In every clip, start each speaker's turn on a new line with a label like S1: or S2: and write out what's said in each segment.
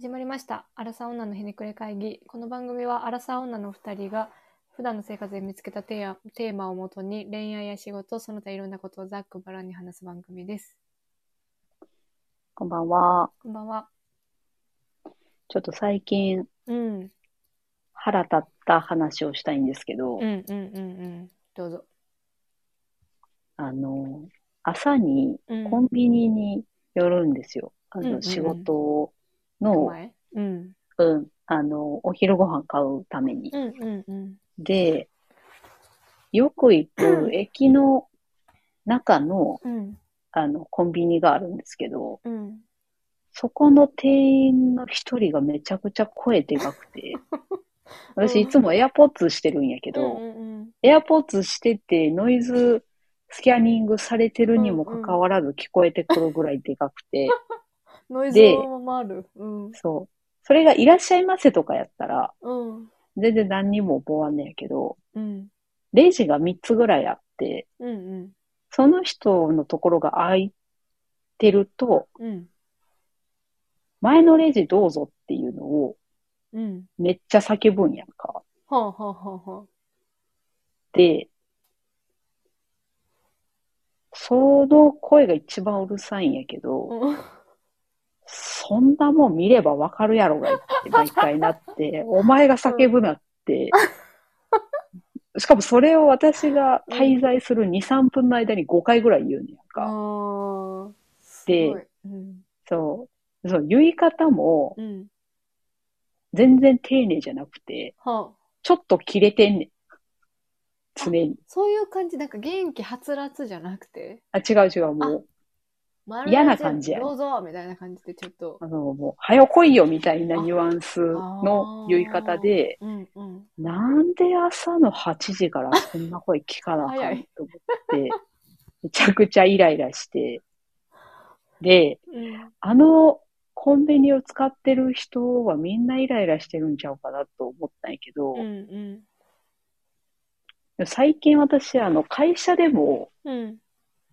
S1: 始まりました。アラサー女のひねくれ会議。この番組はアラサー女の二人が普段の生活で見つけたテーマテーマをもとに恋愛や仕事、その他いろんなことをざっくばらんに話す番組です。
S2: こんばんは。
S1: こんばんは。
S2: ちょっと最近
S1: うん。
S2: 腹立った話をしたいんですけ
S1: う
S2: ど、
S1: んうんうんうん。どうぞ。
S2: あの、朝に
S1: うん。
S2: コンビニに寄るんですよ。あ
S1: うんうんう
S2: の、
S1: ん
S2: 仕事
S1: お
S2: の、
S1: 前うん。
S2: うん、あの、お昼ご飯買うために
S1: う。んうんうん。
S2: で、よく行く駅の中の、
S1: うん
S2: あの、コンビニがあるんですけど、
S1: うん。
S2: そこの店員の一人がめちゃくちゃ声でかく て、私いつもエアポッツしてるんやけ
S1: う
S2: ど、
S1: んうんうん。
S2: エアポーツしてて、ノイズスキャニングされてるにもかかわらず聞こえてくるぐらいでかくて、
S1: ノイズ
S2: で
S1: のままある。うん。
S2: そう。それがいらっしゃいませとかやったら、
S1: うん。
S2: 全然何にも思わんねやけど、
S1: うん。
S2: レジが3つぐらいあって、
S1: うんうん。
S2: その人のところが空いてると、
S1: うん。
S2: 前のレジどうぞっていうのを
S1: うん。
S2: めっちゃ叫ぶんやんか。
S1: はあはあはあはあ。
S2: で、その声が一番うるさいんやけど、
S1: うん
S2: そんなもん見ればわかるやろがいって毎回な って、お前が叫ぶなって。しかもそれを私が滞在する2、3分の間に5回ぐらい言うんやん
S1: あ
S2: か。
S1: ーすごい
S2: で
S1: うん
S2: そう。そう、言い方も
S1: うん。
S2: 全然丁寧じゃなくて、
S1: はあ。
S2: ちょっと切れてんねん。常に。
S1: そういう感じ、なんか元気はつらつじゃなくて、
S2: あ、違う違う、もう、嫌な感じや
S1: どうぞみたいな感じでちょっと
S2: あ。の、もう、早来いよみたいなニュアンスの言い方で、
S1: うんうん。
S2: なんで朝の8時からそんな声聞かなあか
S1: 早
S2: ん
S1: い
S2: と思って、めちゃくちゃイライラして、で、
S1: うん
S2: あのコンビニを使ってる人はみんなイライラしてるんちゃうかなと思ったんやけど、
S1: うん
S2: 最近私、あの、会社でも
S1: うん。うん。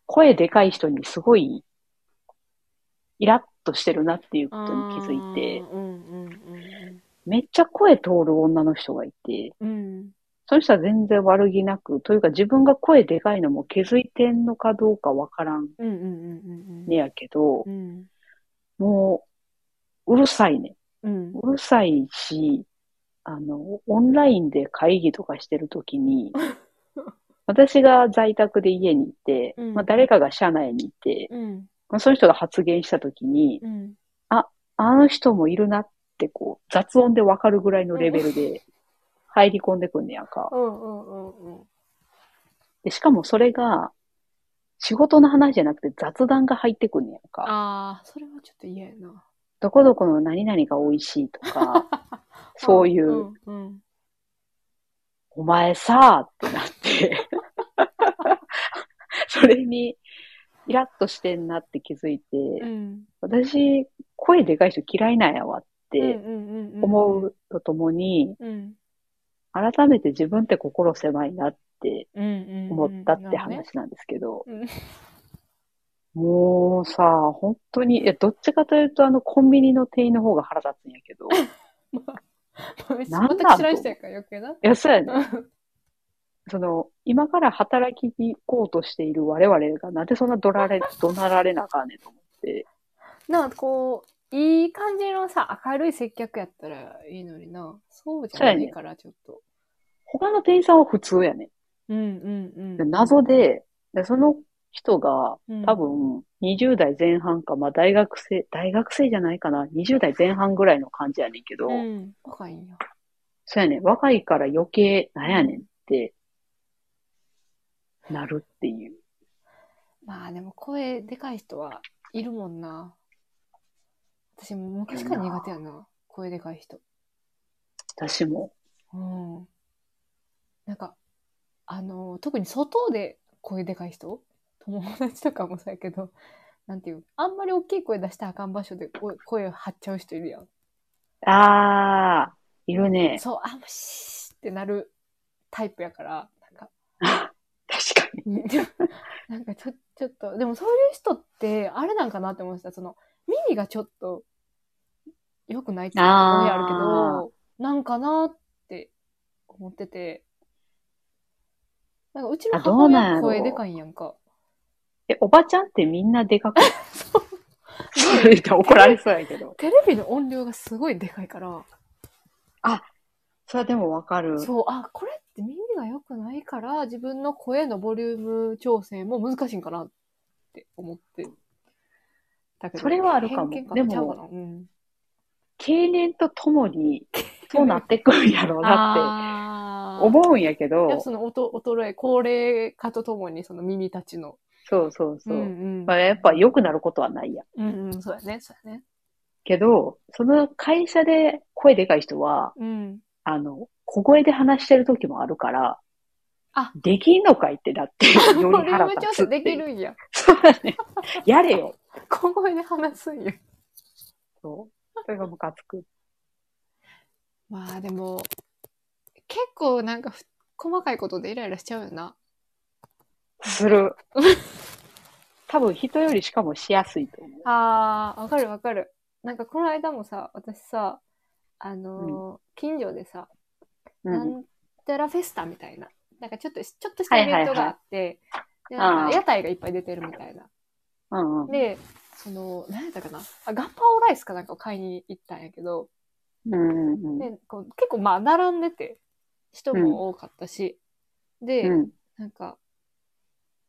S2: 声でかい人にすごいイラッとしてるなっていうことに気づいて、
S1: あーうんうん
S2: めっちゃ声通る女の人がいて、
S1: うんうん。
S2: その人は全然悪気なく、というか自分が声でかいのも気づいてんのかどうかわからん
S1: うんうんうんうんうん。
S2: ねやけど
S1: う、ん。
S2: もう、うるさいね。
S1: うん。
S2: うるさいし、あの、オンラインで会議とかしてると きに、私が在宅で家にいて、
S1: うん
S2: まあ、誰かが社内にいて、
S1: うん。
S2: まあ、その人が発言したときに、
S1: うん。
S2: あの人もいるなってこう、雑音でわかるぐらいのレベルで入り込んでくんねやんか。
S1: うんうんうんうん。
S2: で、しかもそれが、仕事の話じゃなくて雑談が入ってくんねやんか。
S1: ああ、それはちょっと嫌やな。
S2: どこどこの何々が美味しい とか、そういう、
S1: うんうん。
S2: お前さーってなって、 それに、イラッとしてんなって気づいて、
S1: うん。
S2: 私、声でかい人嫌いなんやわっ
S1: うん
S2: て
S1: うんうん。
S2: 思。うとともに、
S1: うん。
S2: 改めて自分って心狭いなって
S1: うんうんうん。
S2: 思ったって
S1: なるほどね
S2: 話なんですけど、
S1: うん
S2: もうさ、本当に、いや、どっちかというと、あの、コンビニの店員の方が腹立つんやけ ど、い
S1: めっちゃ
S2: なんなん
S1: 全く知らん人やから余計な。
S2: や、そうやね。その、今から働きに行こうとしている我々が、なんでそんな怒 られ、怒鳴られなあかんねんと思って。
S1: なんかこう、いい感じのさ、明るい接客やったらいいのにな。そうじゃないから、ちょっと。
S2: 他の店員さんは普通やね。
S1: うんうん
S2: で
S1: うん。
S2: 謎で、でその人が、
S1: うん、
S2: 多分、20代前半か、まあ、大学生、大学生じゃないかな、20代前半ぐらいの感じやねんけど、
S1: うん。若いんや。
S2: そうやねん、若いから余計、なんやねんって、なるっていう。
S1: まあでも声でかい人はいるもんな。私も昔から苦手やな。声でかい人。
S2: 私も。
S1: うん。なんか、あの、特に外で声でかい人友達とかもそうやけど、なんていう、あんまり大きい声出したらあかん場所で声声を張っちゃう人いるやん。
S2: あー、いるね。
S1: そう、あ、もうシーってなるタイプやから、なんか、
S2: 確かに。
S1: なんかちょちょっと、でもそういう人って、あれなんかなって思いました。その、耳がちょっと、良くないっていうのはあるけど、なんかなって思ってて。なんかうちの
S2: あど
S1: 母
S2: うな
S1: 親
S2: んやろ
S1: 声でかいんやんか。
S2: え、おばちゃんってみんなで かくそう言って 怒られそうやけど。
S1: テレビの音量がすごいでかいから、
S2: それはでもわかる。
S1: そう、あ、これって耳が良くないから、自分の声のボリューム調整も難しいんかなって思ってたけど。
S2: それはあるかも
S1: 偏見
S2: でも
S1: ちゃうかなうん、
S2: 経年とともに、そうなってくるんやろうなっ
S1: あ
S2: て
S1: ー
S2: 思うんやけ
S1: で
S2: ど
S1: も、そのおと衰え、高齢化とともにその耳たちの。
S2: そうそうそう。
S1: んうん
S2: まあ、やっぱ良くなることはないや。
S1: うんうん、そうやね、そうやね。
S2: けど、その会社で声でかい人は、
S1: うん。
S2: あの、小声で話してる時もあるから、
S1: あ
S2: できんのかいって、だって、よ
S1: ボリュー
S2: り 腹
S1: ム
S2: 立
S1: 調
S2: つ
S1: 整
S2: ってい
S1: で
S2: う。
S1: きるんや。
S2: そうだね。 やれよ。
S1: 小声で話すん や。
S2: そう。それがムカつく。
S1: まあでも、結構なんかふ細かいことでイライラしちゃうよな。
S2: する。 多分人よりしかもしやすいと思う。
S1: ああ、わかるわかる。なんかこの間もさ、私さ、あのー近所でさ、
S2: う。
S1: なんんちゃらフェスタみたいな、なんかちょっとし、ちょっとしたイベントがあって、でなん
S2: あー
S1: か屋台がいっぱい出てるみたいな。
S2: うんうん。
S1: で、その、何やったかなあ、ガパオライスかなんかを買いに行ったんやけど、
S2: うんうんうん。
S1: でこう結構まあ並んでて、人も多かったし、で、
S2: うん。
S1: なんか、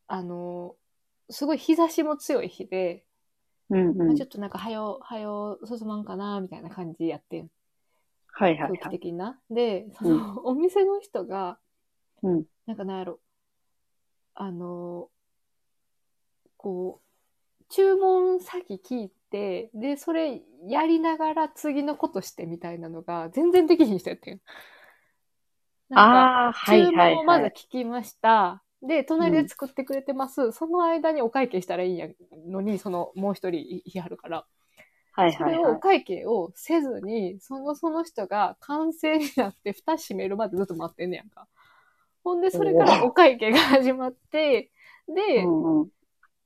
S1: あのーすごい日差しも強い日で、
S2: うんう
S1: まあ
S2: ん
S1: ちょ。っとなんか、はよ、はよ、進まんかな、みたいな感じやってん。
S2: はいはい
S1: 空
S2: は
S1: 気
S2: い。
S1: 的な。で、その、お店の人が、
S2: うん。
S1: なんかなんやろ、あの、こう、注文先聞いて、で、それやりながら次のことしてみたいなのが、全然できひん人やってん。なんか、
S2: ああー、はい
S1: 注
S2: はい
S1: 文をまず
S2: はい。
S1: 聞きました。で、隣で作ってくれてます。その間にお会計したらいいんやのに、その、もう一人いいはるから。
S2: はい
S1: そ
S2: は
S1: れ
S2: い
S1: を
S2: は
S1: お
S2: い。
S1: 会計をせずに、そのその人が完成になって、蓋閉めるまでずっと待ってんねやんか。ほんで、それからお会計が始まって、で、
S2: うんうん。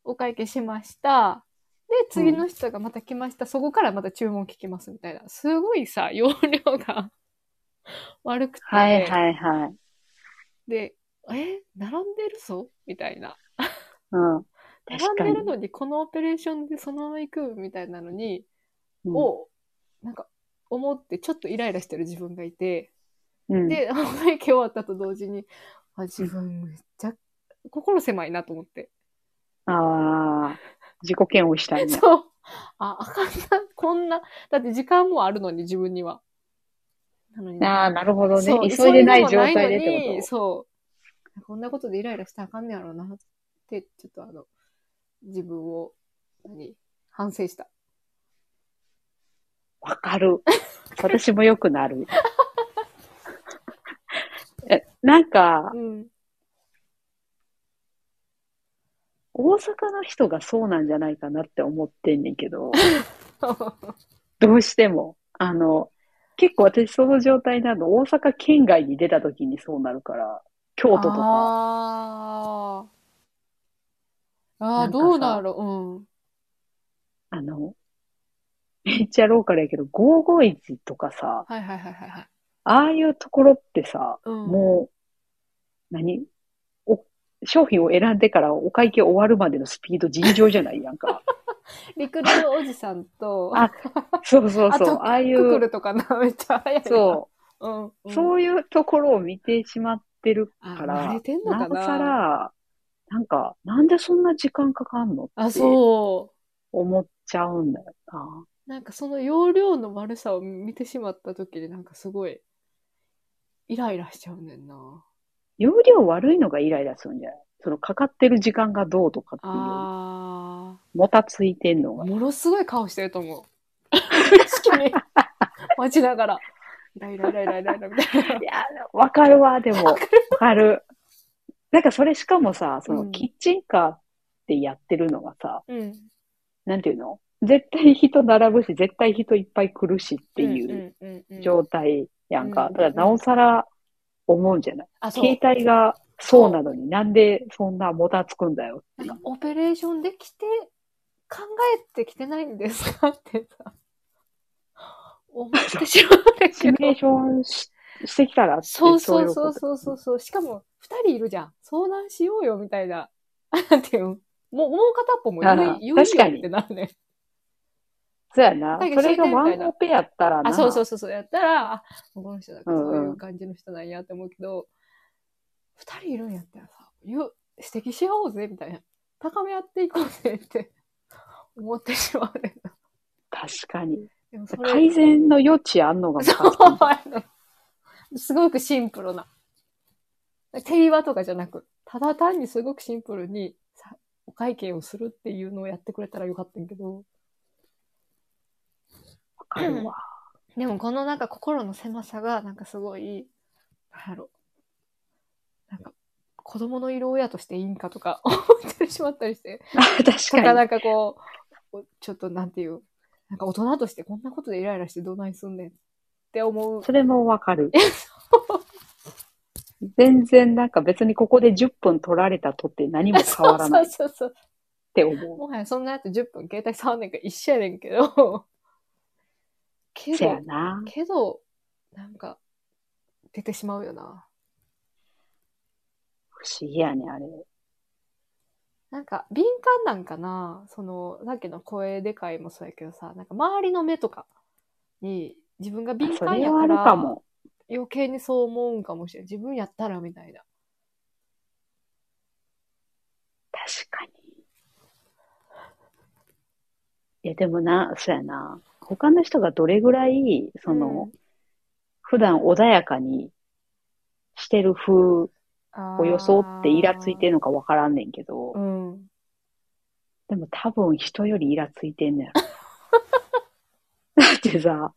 S1: お会計しました。で、次の人がまた来ました。そこからまた注文聞きますみたいな。すごいさ、容量が 悪くて。
S2: はいはいはい。
S1: で、え並んでるぞみたいな。
S2: うん。確
S1: 並
S2: か
S1: ん
S2: に
S1: でる。のに、このオペレーションでそのまま行くみたいなのに、
S2: うん
S1: を、なんか、思って、ちょっとイライラしてる自分がいて、
S2: うん
S1: で、 お会計終わったと同時に、あ、自分めっちゃ心狭いなと思って。
S2: ああ、自己嫌悪したんや。
S1: そう。あ、あかんな、こんな、だって時間もあるのに、自分には。なのに
S2: ああ、なるほどね
S1: そう。
S2: 急いでない
S1: 急
S2: 状
S1: も
S2: 態でっ
S1: ないの
S2: て
S1: に
S2: こ
S1: そう。こんなことでイライラしたらあかんねやろうなって、ちょっとあの、自分を、何反省した。
S2: と。わかる。 私もよくな る。えなんか
S1: う、ん。
S2: 大阪の人がそうなんじゃないかなって思ってんねんけ ど、どうしても。あの、結構私その状態なの、大阪県外に出た時にそうなるから、京都とか、
S1: ああ。あ
S2: な
S1: あ、
S2: んかさ
S1: どうなんやろ
S2: あの、めっちゃローカルやけど、551とかさ、
S1: うん。はいはいはいはいはい。
S2: ああいうところってさ、
S1: うん。
S2: もう、何お、商品を選んでからお会計終わるまでのスピード尋常じゃないやん か。
S1: リクルートおじさんと、
S2: あそうそう
S1: あ
S2: そう。
S1: と
S2: ああい
S1: クク
S2: う、
S1: ルとかな、 めっちゃ早いな。。
S2: そう
S1: うん、
S2: う、
S1: う
S2: そ
S1: ん。
S2: ういうところを見てしまってる
S1: あ、
S2: から
S1: 慣れてんの
S2: な
S1: か
S2: お
S1: な。
S2: さら、なんか、なんでそんな時間かかんのっ
S1: あ、
S2: て
S1: そ
S2: 思っちゃうんだよな。
S1: う。なんかその容量の悪さを見てしまった時になんかすごい、イライラしちゃうねんな。
S2: 容量悪いのがイライラするんじゃないそのかかってる時間がどうとかっていうよ
S1: あ
S2: り、もたついてんの
S1: あ、
S2: が。
S1: ものすごい顔してると思う。意識に、待ちながら、イライライライライライラみたいな。
S2: いや、わかる わ、でも。わかる。なんかそれしかもさ、その
S1: うん
S2: キッチンカーでやってるのがさ、
S1: うん。
S2: なんていうの絶対人並ぶし、絶対人いっぱい来るしっていう
S1: うんうんうんうん
S2: 状態やんか。
S1: うん
S2: だからなおさら思うんじゃない
S1: あそう
S2: 携帯がそうなのになんでそんなもたつくんだよっていう
S1: なんかオペレーションできて考えてきてないんですかってさ思ってしまうんだ
S2: シ
S1: け
S2: ミュレ
S1: ど
S2: ー。ションししてきたらって、
S1: そうそうそう
S2: う
S1: そうそうそう。しかも、二人いるじゃん。相談しようよ、みたいな。なんていうのもう、もう片っぽも言
S2: あ
S1: う
S2: あ
S1: 言うよ
S2: 確かに
S1: ってなるね。
S2: そうやな。
S1: なんか
S2: それが
S1: 知りたいみ
S2: ワ
S1: たい
S2: ン
S1: な
S2: オペやったらな。
S1: あ、そうそうそうそう。やったら、あ、この人だから
S2: うん
S1: そう
S2: うん
S1: いう感じの人なんやって思うけど、二、人いるんやったらさ、言う、指摘し合おうぜ、みたいな。高め合っていこうぜって思ってしまうね。
S2: 確かに。
S1: でもそれ
S2: 改善の余地あんのが
S1: そ
S2: も
S1: うやね。すごくシンプルな。手際とかじゃなく、ただ単にすごくシンプルにさお会計をするっていうのをやってくれたらよかったんやけど。
S2: わかるわ。
S1: でもこのなんか心の狭さがなんかすごい、なんやろ。なんか子供の色親としていいんかとか 思ってしまったりして。
S2: あ確
S1: とか
S2: か
S1: な
S2: に。
S1: んかこう、おちょっとなんていう、なんか大人としてこんなことでイライラしてどないすんねんって思う。
S2: それもわかる。全然なんか別にここで10分取られたとって何も変わらないっ
S1: そうそうそう。
S2: て思
S1: もはやそんなやつ10分携帯触んねんから一緒やねんけ ど。け
S2: う。せ
S1: ど
S2: や、な。
S1: けど、なんか、出てしまうよな。
S2: 不思議やね、あれ。
S1: なんか、敏感なんかなその、さっきの声でかいもそうやけどさ、なんか周りの目とかに自分が敏
S2: そ
S1: 感
S2: れ
S1: や
S2: は
S1: か、
S2: あるからも。
S1: 余計にそう思うんかもしれん。自分やったらみたいな。
S2: 確かに。いや、でもな、そうやな。他の人がどれぐらい、その、普段穏やかにしてる風を装ってイラついて
S1: る。
S2: るのかわからんねんけど
S1: う、ん。
S2: でも多分人よりイラついてんのやろ。だってさ、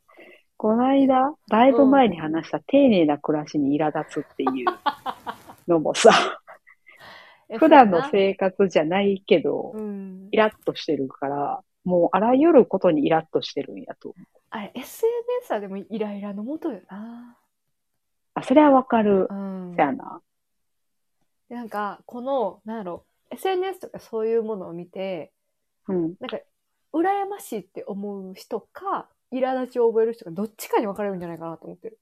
S2: この間、だいぶ前に話した丁寧な暮らしに苛立つっていうのもさ、
S1: え
S2: 普段の
S1: そうや
S2: 生活じゃないけど、
S1: なうん
S2: イ。ラッとしてるから、もうあらゆることにイラッとしてるんやと思う。
S1: あれ、SNS はでもイライラのもとよな。
S2: あ、それはわかる
S1: う。ん。
S2: せやな。
S1: でなんか、この、なんやろ、SNS とかそういうものを見て、
S2: うん。
S1: なんか、羨ましいって思う人か、苛立ちを覚える人か、どっちかに分かれるんじゃないかなと思ってる。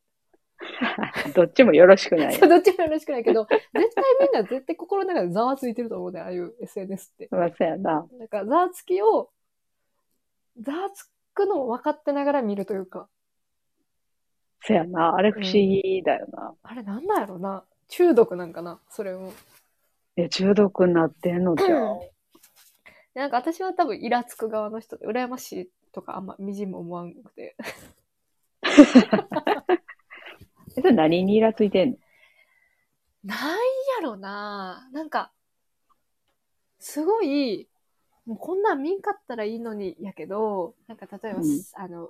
S2: どっちもよろしくない
S1: そう。どっちもよろしくないけど、 絶対みんな絶対心の中でざわついてると思うね、ああいう SNS って。
S2: まあ、せやな。
S1: なんか、ざわつきを、ざわつくのを分かってながら見るというか、
S2: せやな。あれ不思議だよな。
S1: あれなんなんやろな。中毒なんかな、それも。
S2: え、中毒になってんのじゃ
S1: うん
S2: ん。
S1: なんか私は多分イラつく側の人で、羨ましいとかあんまみじんも思わんくて。
S2: え、それ何にイラついてんの
S1: ないやろななんか、すごい、もうこんなん見んかったらいいのに、やけど、なんか例えば、
S2: うん
S1: あの、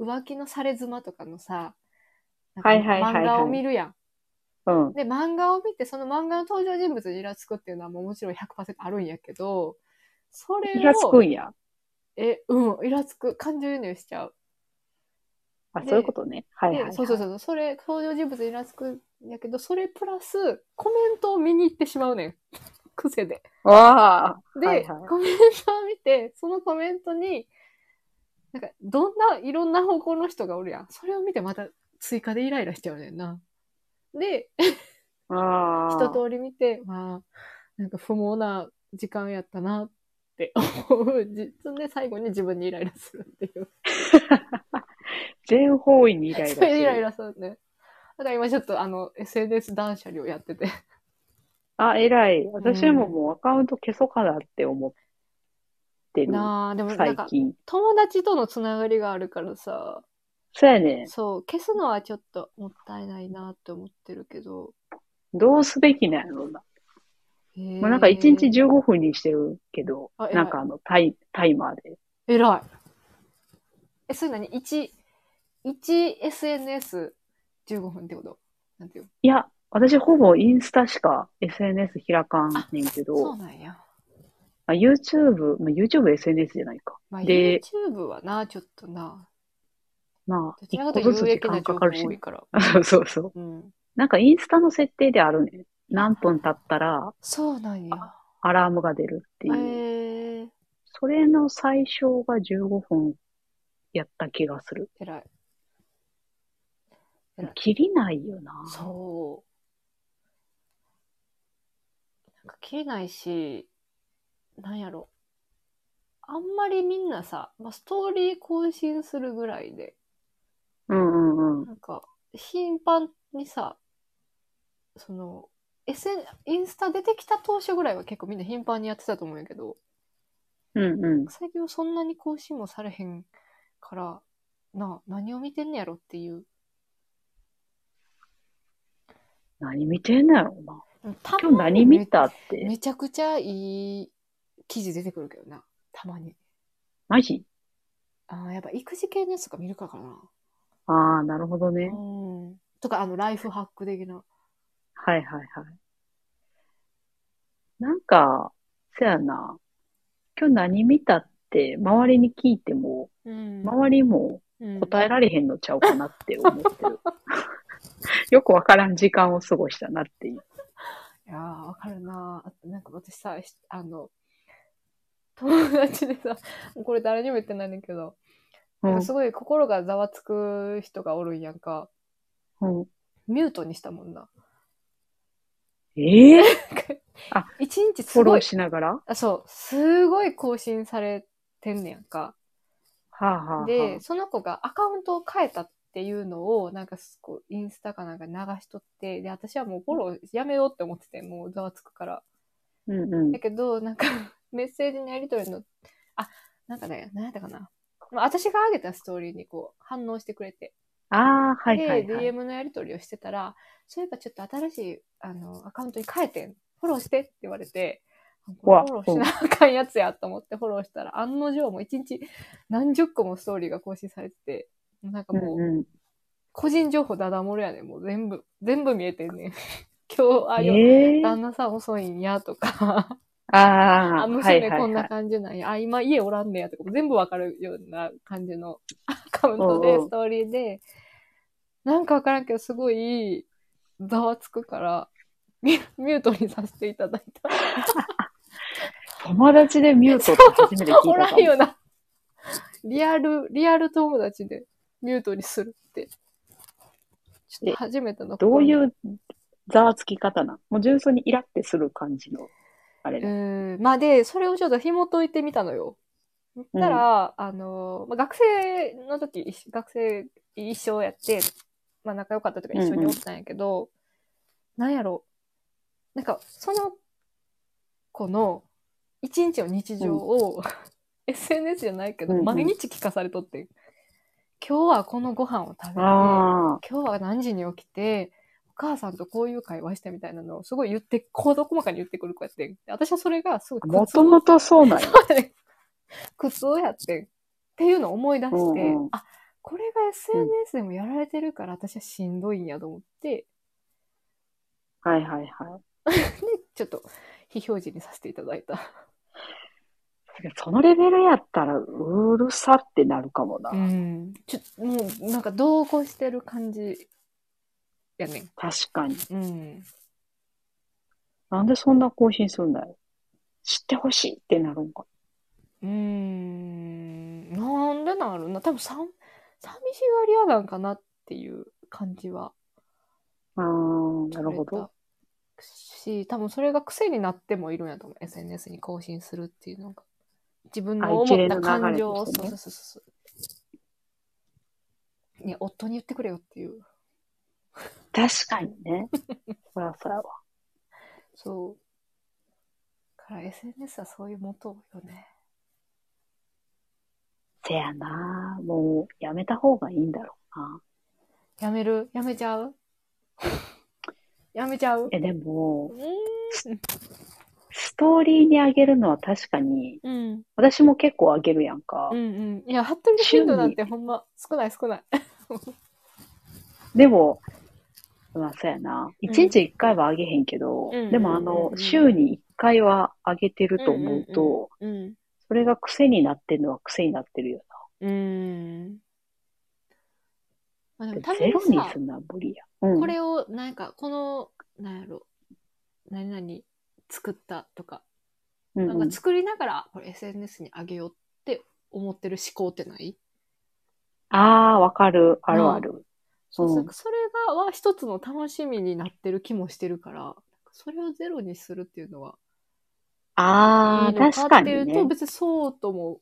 S1: 浮気のされ妻とかのさ、なん
S2: はいはいはいはい
S1: 漫画を見るやん。
S2: うん。
S1: で、漫画を見て、その漫画の登場人物にイラつくっていうのはもうもちろん100%あるんやけど、それを、
S2: イラつくんや。
S1: え、うん、イラつく、感情移入しちゃう。
S2: あ、
S1: で
S2: そういうことね。はいはい、
S1: で
S2: はい。
S1: そうそうそうそう、それ、登場人物にイラつくんやけど、それプラス、コメントを見に行ってしまうねん。癖で。
S2: わあ。
S1: で、
S2: はいはい
S1: コメントを見て、そのコメントに、なんか、どんな、いろんな方向の人がおるやん。それを見てまた追加でイライラしちゃうねんな。で、
S2: ああ。
S1: 一通り見て、まあ、なんか不毛な時間やったなって 思う。じそんで最後に自分にイライラするっていう。
S2: 全方位にイライラし
S1: そ
S2: て
S1: れ
S2: る
S1: イライラするね。だから今ちょっとあの、SNS 断捨離をやってて。
S2: あ、偉い。私ももうアカウント消そうかなって思って る。
S1: なあ、でもな
S2: 最
S1: んか、
S2: 近。
S1: 友達とのつながりがあるからさ、
S2: そうやね。
S1: そう、消すのはちょっともったいないなって思ってるけど。
S2: どうすべきなんやろうな。
S1: も
S2: まあ、なんか1日15分にしてるけど
S1: あ偉、い
S2: なんかあのタイ、タイマーで。
S1: えらい。え、それ何 ?1、1SNS15 分ってことなんていう
S2: いや、私ほぼインスタしか SNS 開かんねんけ
S1: そう
S2: ど、
S1: なんや。
S2: まあ、YouTube、まあ、YouTube SNS じゃないか。
S1: まあ、
S2: で、
S1: YouTube はな、ちょっとな。
S2: まあ、
S1: どち
S2: 一
S1: らか
S2: 個
S1: という
S2: ず
S1: と
S2: つ
S1: 有
S2: 時
S1: 益な
S2: 間
S1: 情
S2: か
S1: 報
S2: かるし
S1: 多。いから。
S2: そうそうそう。
S1: うん。
S2: なんかインスタの設定であるねん。何分経ったら
S1: そうなんや。
S2: アラームが出るっ
S1: え
S2: ていう。
S1: ー、
S2: それの最小が15分やった気がする。
S1: えらい。偉い
S2: 切りないよな。
S1: そう。なんか切れないし、なんやろ。あんまりみんなさ、まあ、ストーリー更新するぐらいで、
S2: うんうんうん。
S1: なんか、頻繁にさ、その、SN、インスタ出てきた当初ぐらいは結構みんな頻繁にやってたと思うんやけど、
S2: うんうん。
S1: 最近はそんなに更新もされへんから、なあ、何を見てんねやろっていう。
S2: 何見てんのやろうな。
S1: た
S2: 今日
S1: まに
S2: 何見たって。
S1: めちゃくちゃいい記事出てくるけどな、たまに。
S2: マジ
S1: ああ、やっぱ育児系のやつとか見るからかな。
S2: ああ、なるほどね。
S1: うん。とか、あの、ライフハック的な。
S2: はいはいはい。なんか、せやな。今日何見たって、周りに聞いても、
S1: うん
S2: 周りも
S1: うん、
S2: 答えられへんのちゃうかなって思って る。よくわからん時間を過ごしたなっていう。
S1: いやー、わかるなーあとなんか私さ、しあの、友達でさ、これ誰にも言ってないねんだけど、
S2: う
S1: なん
S2: ん
S1: かすごい心がざわつく人がおるんやんか、
S2: うん、
S1: ミュートにしたもんな。
S2: ええあ
S1: 一日
S2: フォ
S1: す
S2: ロ
S1: ご
S2: ー
S1: い、
S2: しながらは
S1: あ、そう、すごい更新されてんねやんか。
S2: あ、はあはあ、
S1: で、その子がアカウントを変えたっていうのを、なんかすこう、インスタかなんか流しとって、で、私はもうフォローやめようって思ってて、もうざわつくから。
S2: うんうん
S1: だ。けど、なんか、 メッセージのやりとりの、あ、なんかね、何やったかな。まあ、私が上げたストーリーにこう、反応してくれて。
S2: ああ、は
S1: で、
S2: いはいはい。
S1: DM のやりとりをしてたら、そういえばちょっと新しい、あの、アカウントに変えてん。フォローしてって言われて、あこれ
S2: わ
S1: フォローしなあかんやつやと思ってフォローしたら、案の定もう一日何十個もストーリーが更新されてて、なんか
S2: う
S1: もう、
S2: んうん
S1: 個人情報ダダ漏れやねん。もう全部、全部見えてんねん。 今日、あ、よ、
S2: ええ
S1: 旦那さん遅いんやとか、
S2: あ
S1: あ、
S2: あ、はい
S1: 娘
S2: はい
S1: こん
S2: は。
S1: ない感じなんや、あ、今家おらんねやとか、全部わかるような感じの アカウント
S2: お
S1: で、
S2: うおう
S1: ストーリーで、なんかわからんけど、すごい、ざわつくから、ミュミュートにさせていただいた。
S2: 友達でミュートって初めて聞いたか
S1: お
S2: も。
S1: らんよな。リアル、リアル友達でミュートにするって。ちょっと初めての
S2: どういううざわつき方なんもう純粋にイラってする感じの、あれ
S1: う
S2: ね。
S1: ん。まあで、それをちょっと紐解いてみたのよ。だから、あの、まあ、学生の時、一緒学生一緒やって、まあ仲良かったとか一緒におったんやけど、なんやろ。なんか、その子の一日の日常を、SNS じゃないけど、
S2: うんうん
S1: 毎日聞かされとって、今日はこのご飯を食べて、今
S2: ああ、
S1: 日は何時に起きて、お母さんとこういう会話してみたいなのをすごい言って、行動細かに言ってくる子やってん。で私はそれがすごい苦痛
S2: もともとそ うなんや。
S1: 苦痛やってんっていうのを思い出して、
S2: うんうん
S1: あこれが SNS でもやられてるから私はしんどいんやと思って、
S2: はいはいは
S1: ちょっと非表示にさせていただいた。
S2: い。そのレベルやったら、うるさってなるかもな。
S1: うん、ちょもうなんか同行してる感じやね
S2: 確かに。
S1: ん。うん、
S2: なんでそんな更新するんだよ。知ってほしいってなるんか。
S1: うーんなんでなるな多分さん寂しがり屋なんかなっていう感じは
S2: ああ、なる
S1: 取
S2: ほ
S1: れ
S2: ど。
S1: たし多分それが癖になってもいるんやと思う SNS に更新するっていうのが自分の
S2: あ一
S1: 思っ
S2: 連
S1: た
S2: の
S1: 感
S2: 流れ
S1: 情を
S2: と
S1: そ
S2: し
S1: うそ
S2: て
S1: うそ
S2: ね
S1: うそういや夫に言ってくれよっていう
S2: 確かに ね。そらそらは。
S1: そうだから SNS はそういうもとよね
S2: せやな。もう、やめた方がいいんだろうな。
S1: やめるやめちゃう やめち ゃう
S2: え、でも、
S1: う
S2: ストーリーにあげるのは確かに、
S1: んうん
S2: 私も結構あげるやんか。
S1: うんうん。いや、服部頻度なんてほんま少ない少ない。
S2: でも、まあ、そうやな。一日一回はあげへんけど、
S1: うん
S2: でもあ
S1: うんうんう
S2: の
S1: ん、うん
S2: 週に一回はあげてると思うと、
S1: うん。
S2: それが癖になってるのは癖になってるよ
S1: うん。まあ
S2: な。
S1: でも
S2: で
S1: たま
S2: ゼ
S1: に
S2: ロに
S1: さ
S2: す、んのは無理や。うん。
S1: これを、なんか、この、なんやろ、何々作ったとか、
S2: うん
S1: な
S2: うんん
S1: か作りながら、これ SNS にあげようって思ってる思考ってない
S2: ああ、わかる。あるある。
S1: そうそう
S2: うん
S1: それがは一つの楽しみになってる気もしてるから、それをゼロにするっていうのは、
S2: あ
S1: いい
S2: あ、
S1: の
S2: 確か
S1: ってい
S2: に
S1: うと、
S2: ね。
S1: 別にそうとも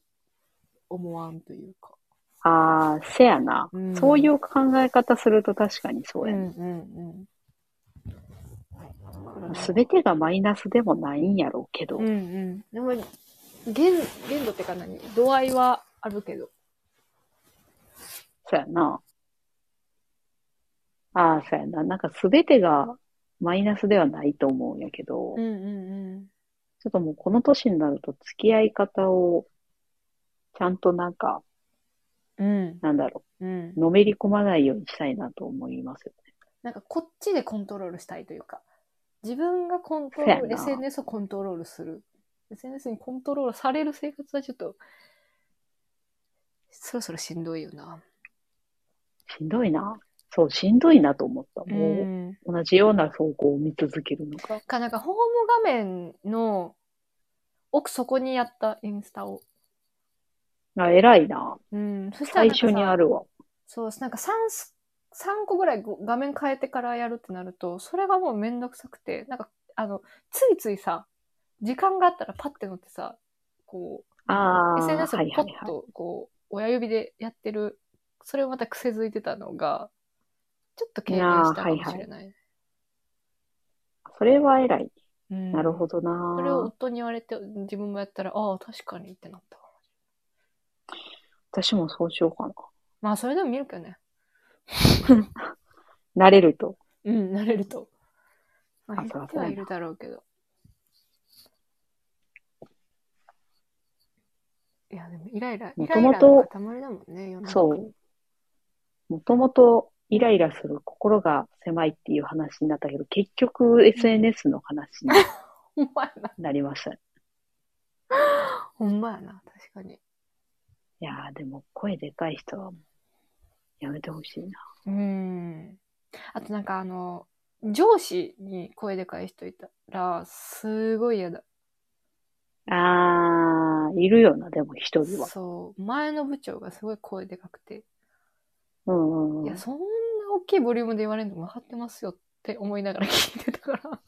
S1: 思わんというか。
S2: ああ、せやな、
S1: うん
S2: そういう考え方すると確かにそうや
S1: う
S2: ね。
S1: んうんうん。
S2: すべてがマイナスでもないんやろうけど。
S1: うんうん。でも、限限度ってか何度合いはあるけど。
S2: そうやな。ああ、そうやな。なんかすべてがマイナスではないと思うんやけど、
S1: うんうん
S2: ちょっともうこの年になると付き合い方をちゃんとなんか、
S1: うん。うん
S2: なんだろ
S1: うん
S2: う、。のめり込まないようにしたいなと思いますよね。
S1: なんかこっちでコントロールしたいというか、自分がコントロー
S2: そう
S1: ル、
S2: やな
S1: SNS をコントロールする。SNS にコントロールされる生活はちょっと、そろそろしんどいよな。
S2: しんどいな。そう、しんどいなと思った。
S1: う
S2: もう、
S1: ん。
S2: 同じような走行を見続けるのが。
S1: か、なんかホーム画面の奥底にやったインスタを。
S2: あ、偉いな。
S1: うん。そしたらな
S2: 最
S1: んかさ
S2: 初にあるわ。
S1: そうです。なんか3す、三個ぐらいご画面変えてからやるってなると、それがもうめんどくさくて、なんか、あの、ついついさ、時間があったらパッて乗ってさ、こ
S2: あ
S1: う、
S2: あ、
S1: SNS を
S2: はい
S1: ポ
S2: はい
S1: ッ
S2: はい。
S1: と、こう、親指でやってる、それをまた癖づいてたのが、ちょっと軽減したかもしれない。
S2: それは偉い。
S1: うん
S2: なるほどな。
S1: それを夫に言われて、自分もやったら、ああ、確かにってなった。
S2: 私もそうしようか
S1: まあ、それでも見るけどね。
S2: な。慣れると。
S1: うん、慣れると。まあ、
S2: あ
S1: 減
S2: そうだ
S1: ってはいるだろうけど。いや、でもイライラ、イ
S2: も
S1: ラ
S2: と
S1: イラ
S2: もと
S1: の塊だもんね、世の中
S2: そう。もともとイライラする心が狭いっていう話になったけど、結局 SNS の話に
S1: ほんまやな。
S2: なりました ね。
S1: ほんまやな、確かに。
S2: いやー、でも声でかい人はもうやめてほしいな。
S1: うん。あとなんかあの、上司に声でかい人いたら、すごい嫌だ。
S2: あー、いるよな、でも一人は。
S1: そう。前の部長がすごい声でかくて、
S2: うんうん
S1: いうや、
S2: ん。
S1: そんな大きいボリュームで言われるの分かってますよって思いながら聞いてたから。。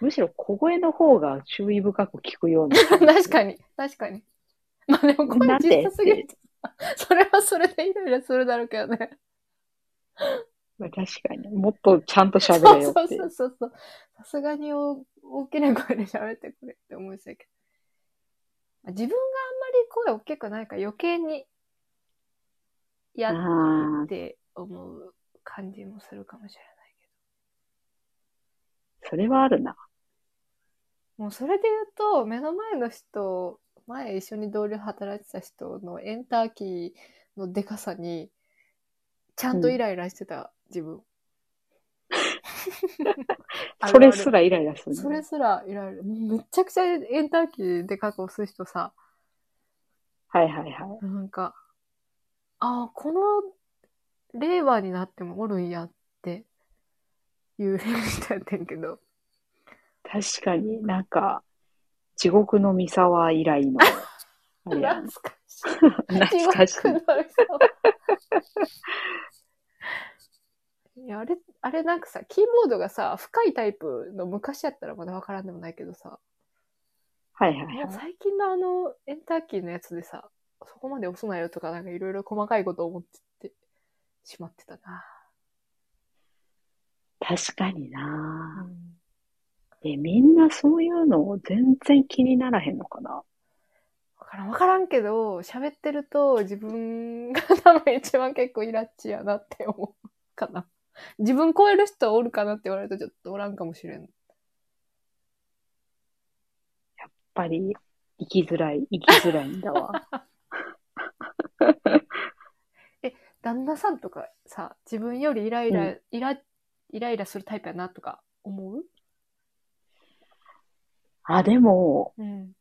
S2: むしろ小声の方が注意深く聞くような
S1: 確かに、確かに。まあでも声
S2: なん
S1: 小
S2: で
S1: さすぎる。それはそれでイライラするだろうけどね。
S2: まあ確かに。もっとちゃんと喋
S1: そ
S2: れ
S1: う
S2: よ
S1: そ
S2: っ
S1: う
S2: て。
S1: そうそうそう。さすがに大大きな声で喋ってくれって思いそうやけど。自分があんまり声大きくないから余計にや
S2: あ
S1: っ
S2: あ、
S1: て思う感じもするかもしれないけ
S2: それはあるな。
S1: ど。もうそれで言うと、目の前の人、前一緒に同僚働いてた人のエンターキーのでかさに、ちゃんとイライラしてた、自分。あるある
S2: それすらイライラするね。
S1: それすらいられる。もうめちゃくちゃエンターキーで確保する人さ、
S2: はいはいはい。
S1: なんか、ああ、この令和になってもおるんやっていう 人やってんけど、
S2: 確かになんか、地獄の三沢以 来の、あれ
S1: 懐
S2: や
S1: か
S2: な
S1: し
S2: 懐かしい。
S1: 地獄の人いや、あれ、あれなんかさ、キーボードがさ、深いタイプの昔やったらまだわからんでもないけどさ、
S2: はいはい
S1: いや
S2: はい。
S1: 最近のあの、エンターキーのやつでさ、そこまで押すなよとか、なんかいろいろ細かいことを思っててしまってたな。
S2: 確かになえ、みんなそういうのを全然気にならへんのかな。
S1: わからん、わからんけど、喋ってると自分が多分一番結構イラッチやなって思うかな。自分超える人おるかなって言われるとちょっとおらんかもしれん。
S2: やっぱり、生きづらい、生きづらいん だわ。
S1: 旦那さんとかさ、自分よりイライラ、
S2: うん
S1: イラ、イライラするタイプやなとか思う
S2: あ、でも、
S1: うん。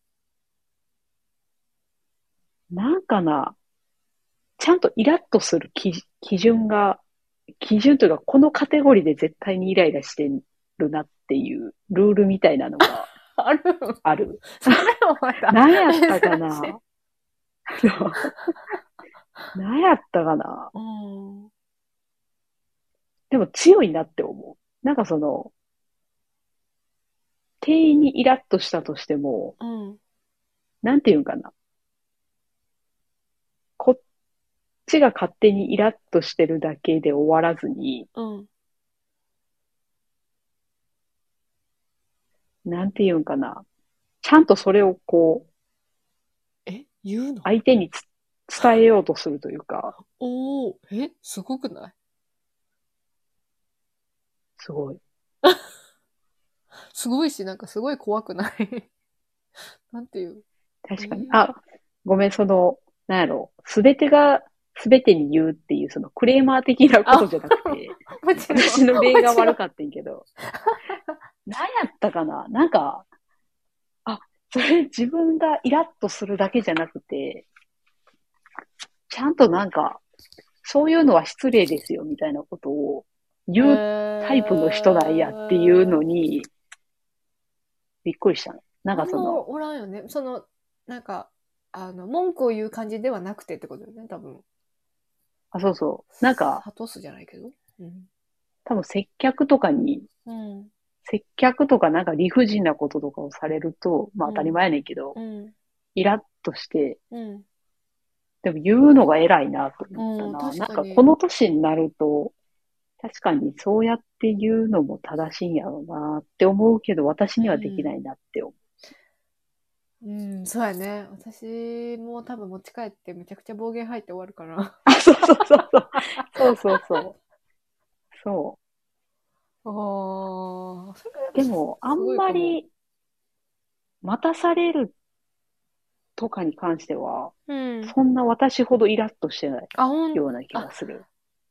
S2: なんかな、ちゃんとイラッとする基基準が、基準というか、このカテゴリーで絶対にイライラしてるなっていうルールみたいなのが
S1: ある
S2: ある。
S1: それもまた。
S2: 何やったかなそう何やったかな。
S1: うん。
S2: でも強いなって思う。なんかその、店員にイラッとしたとしても、
S1: うん。
S2: なんていうんかな。こっちが勝手にイラッとしてるだけで終わらずに、
S1: うん。
S2: なんていうんかな。ちゃんとそれをこう、
S1: え言うの
S2: 相手につ伝えようとするというか、
S1: おおえすごくない
S2: すごい。
S1: すごいし、なんかすごい怖くない なんていう。
S2: 確か
S1: う
S2: に。
S1: ん
S2: あ、ごめん、その、なんやろう。すべてが、すべてに言うっていう、そのクレーマー的なことじゃなくて、
S1: もちろん
S2: 私の例が悪かったんやけど。 何やったかななんか、あ、それ自分がイラッとするだけじゃなくて、ちゃんとなんか、そういうのは失礼ですよみたいなことを言うタイプの人なんやっていうのに、びっくりしたの。なんかそ
S1: あん
S2: の、
S1: まおらんよね。その、なんか、あの、文句を言う感じではなくてってことよね、多分。
S2: あ、そうそう。なんか、
S1: 諭すじゃないけど。うん。
S2: 多分接客とかに、
S1: うん。
S2: 接客とかなんか理不尽なこととかをされると、まあ
S1: うん
S2: 当たり前やねんけど、
S1: うん。
S2: イラッとして、
S1: うん。
S2: でも言うのが偉いなと思ったな。
S1: うん
S2: な
S1: 確
S2: ん
S1: かに
S2: かこの年になると、確かにそうやって言うのも正しいんやろうなって思うけど、私にはできないなって思う。
S1: うん、そうやね。私も多分持ち帰ってめちゃくちゃ暴言入って終わるから。
S2: あ、そうそうそうそう。そうそうそう。そう。
S1: ああ、そ
S2: で
S1: れ
S2: も、あんまり、待たされるとかに関しては、
S1: うん。
S2: そんな私ほどイラッとしてない
S1: あ、ほん
S2: ような気がする。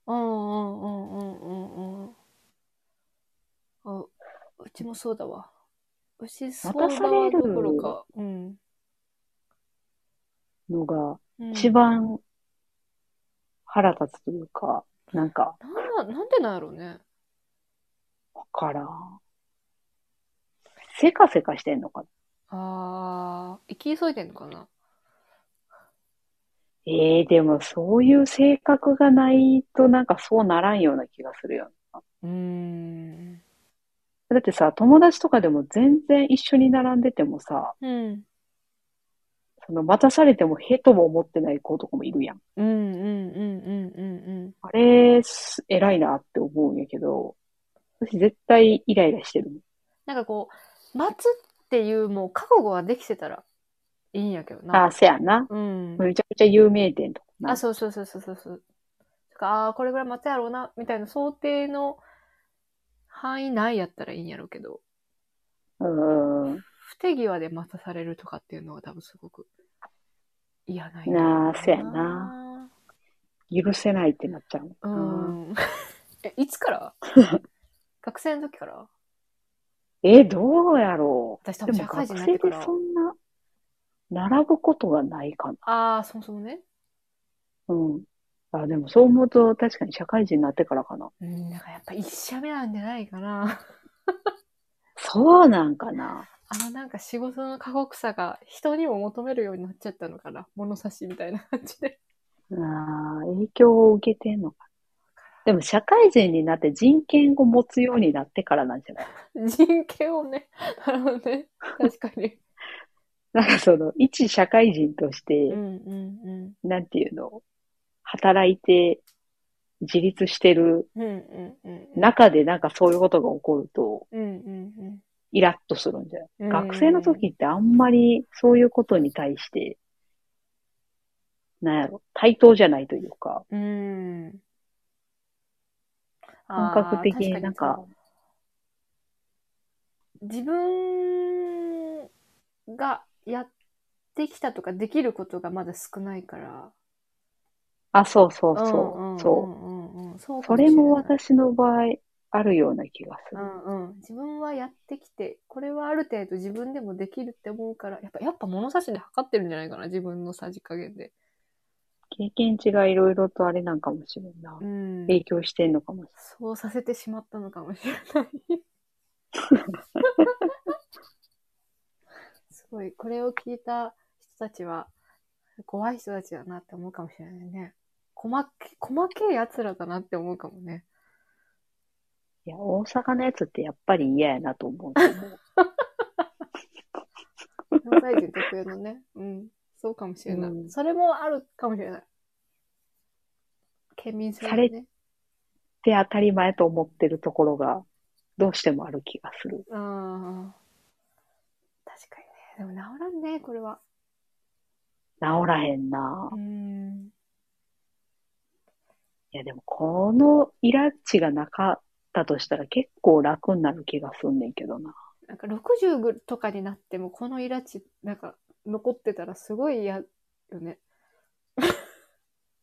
S1: うんうんうんうんうんうん。あ、うちもそうだわ。うちそうだわどころか。うん。
S2: のが、
S1: うん
S2: 一番腹立つというか、なんか、
S1: なんな、なんでなんやろうね。
S2: わからん。せかせかしてんのかな。
S1: ああ、生き急いでんのかな。
S2: ええでもそういう性格がないとなんかそうならんような気がするよな。
S1: うーん。
S2: だってさ、友達とかでも全然一緒に並んでてもさ、
S1: うん。
S2: その待たされてもへとも思ってない子とかもいるやん。
S1: うんうんうんうんうん
S2: あれ、す偉いなって思うんやけど、私絶対イライラしてるもん。
S1: なんかこう、待つっていうもう覚悟ができてたらいいんやけど
S2: あ
S1: な。
S2: あ、せやな。
S1: うん。
S2: めちゃくちゃ有名店とかな。
S1: あ、そうそうそうそうそうそう。とかああ、これぐらい待つやろうな、みたいな想定の範囲内やったらいいんやろうけど、
S2: う。うん。
S1: 不手際で待たされるとかっていうのは多分すごく嫌ない
S2: なあ、せやな。
S1: な。
S2: 許せないってなっちゃう
S1: う
S2: もん
S1: ん。
S2: な。
S1: え、いつから 学生の時から
S2: え、どうやろう。
S1: 私多
S2: で
S1: 分
S2: も
S1: 社会人になっ
S2: 学
S1: て
S2: 生
S1: か
S2: で
S1: ら
S2: そ。んな、並ぶことがないかな。
S1: ああ、そもそもね。
S2: うん。あ、でもそう思うと確かに社会人になってからかな。
S1: うん、なんかやっぱ一社目なんじゃないかな。
S2: そうなんかな。
S1: あのなんか仕事の過酷さが人にも求めるようになっちゃったのかな。物差しみたいな感じで。
S2: ああ、影響を受けてんのかな。でも社会人になって人権を持つようになってからなんじゃない
S1: 人権をね、なるほどね。確かに。
S2: なんかその、一社会人として、
S1: うんうん
S2: なんていうの、働いて自立してる
S1: うん。うんうんうん。
S2: 中でなんかそういうことが起こると、
S1: うんうん
S2: イラッとするんじゃない、
S1: うん。
S2: 学生の時ってあんまりそういうことに対して、なんやろ、対等じゃないというか、
S1: うん。
S2: 感
S1: 感
S2: 覚的になんか、
S1: 自分がやってきたとかできることがまだ少ないから。
S2: あ、そうそうそう、
S1: んん
S2: そう。
S1: んうんそうか
S2: そ
S1: しれ
S2: れ
S1: ない
S2: も私の場合、あるような気がす
S1: う
S2: る。
S1: んうん、自分はやってきてこれはある程度自分でもできるって思うからやっぱやっぱ物差しで測ってるんじゃないかな自分のさじ加減で。
S2: 経験値がいろいろとあれなんかもしれんな
S1: う。ん、
S2: 影響してんのかもしれん
S1: そうさせてしまったのかもしれない。 すごいこれを聞いた人たちは怖い人たちだなって思うかもしれないね。細け、細けえ奴らだなって思うかもね。
S2: いや、大阪のやつってやっぱり嫌やなと思う けど。
S1: 関西人特有のね。うん。そうかもしれない。
S2: うん
S1: それもあるかもしれない。県民性の
S2: さ
S1: ね。
S2: で、当たり前と思ってるところが、どうしてもある気がする。
S1: ああ。確かにね。でも治らんね、これは。
S2: 治らへんな
S1: うーん。
S2: いや、でも、このイラッチがなかったとしたら結構楽になる気がすんねんけどな。
S1: なんか60ぐとかになっても、このイラチ、なんか残ってたらすごい嫌よね。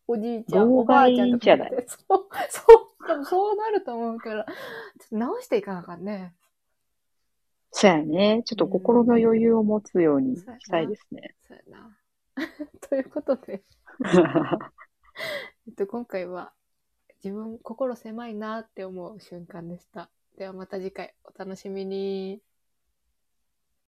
S1: おじいちゃん、
S2: 老
S1: おばあ
S2: 害
S1: ちゃんと
S2: じ
S1: か
S2: ゃ
S1: っ
S2: ない
S1: て。そう、そう、多分そうなると思うから、ちょっと直していかなあかんね。
S2: そうやね。ちょっと心の余裕を持つようにしたいですね。
S1: そうやな。 ということで、えっと、今回は、自分心狭いなって思う瞬間でした。ではまた次回お楽しみに。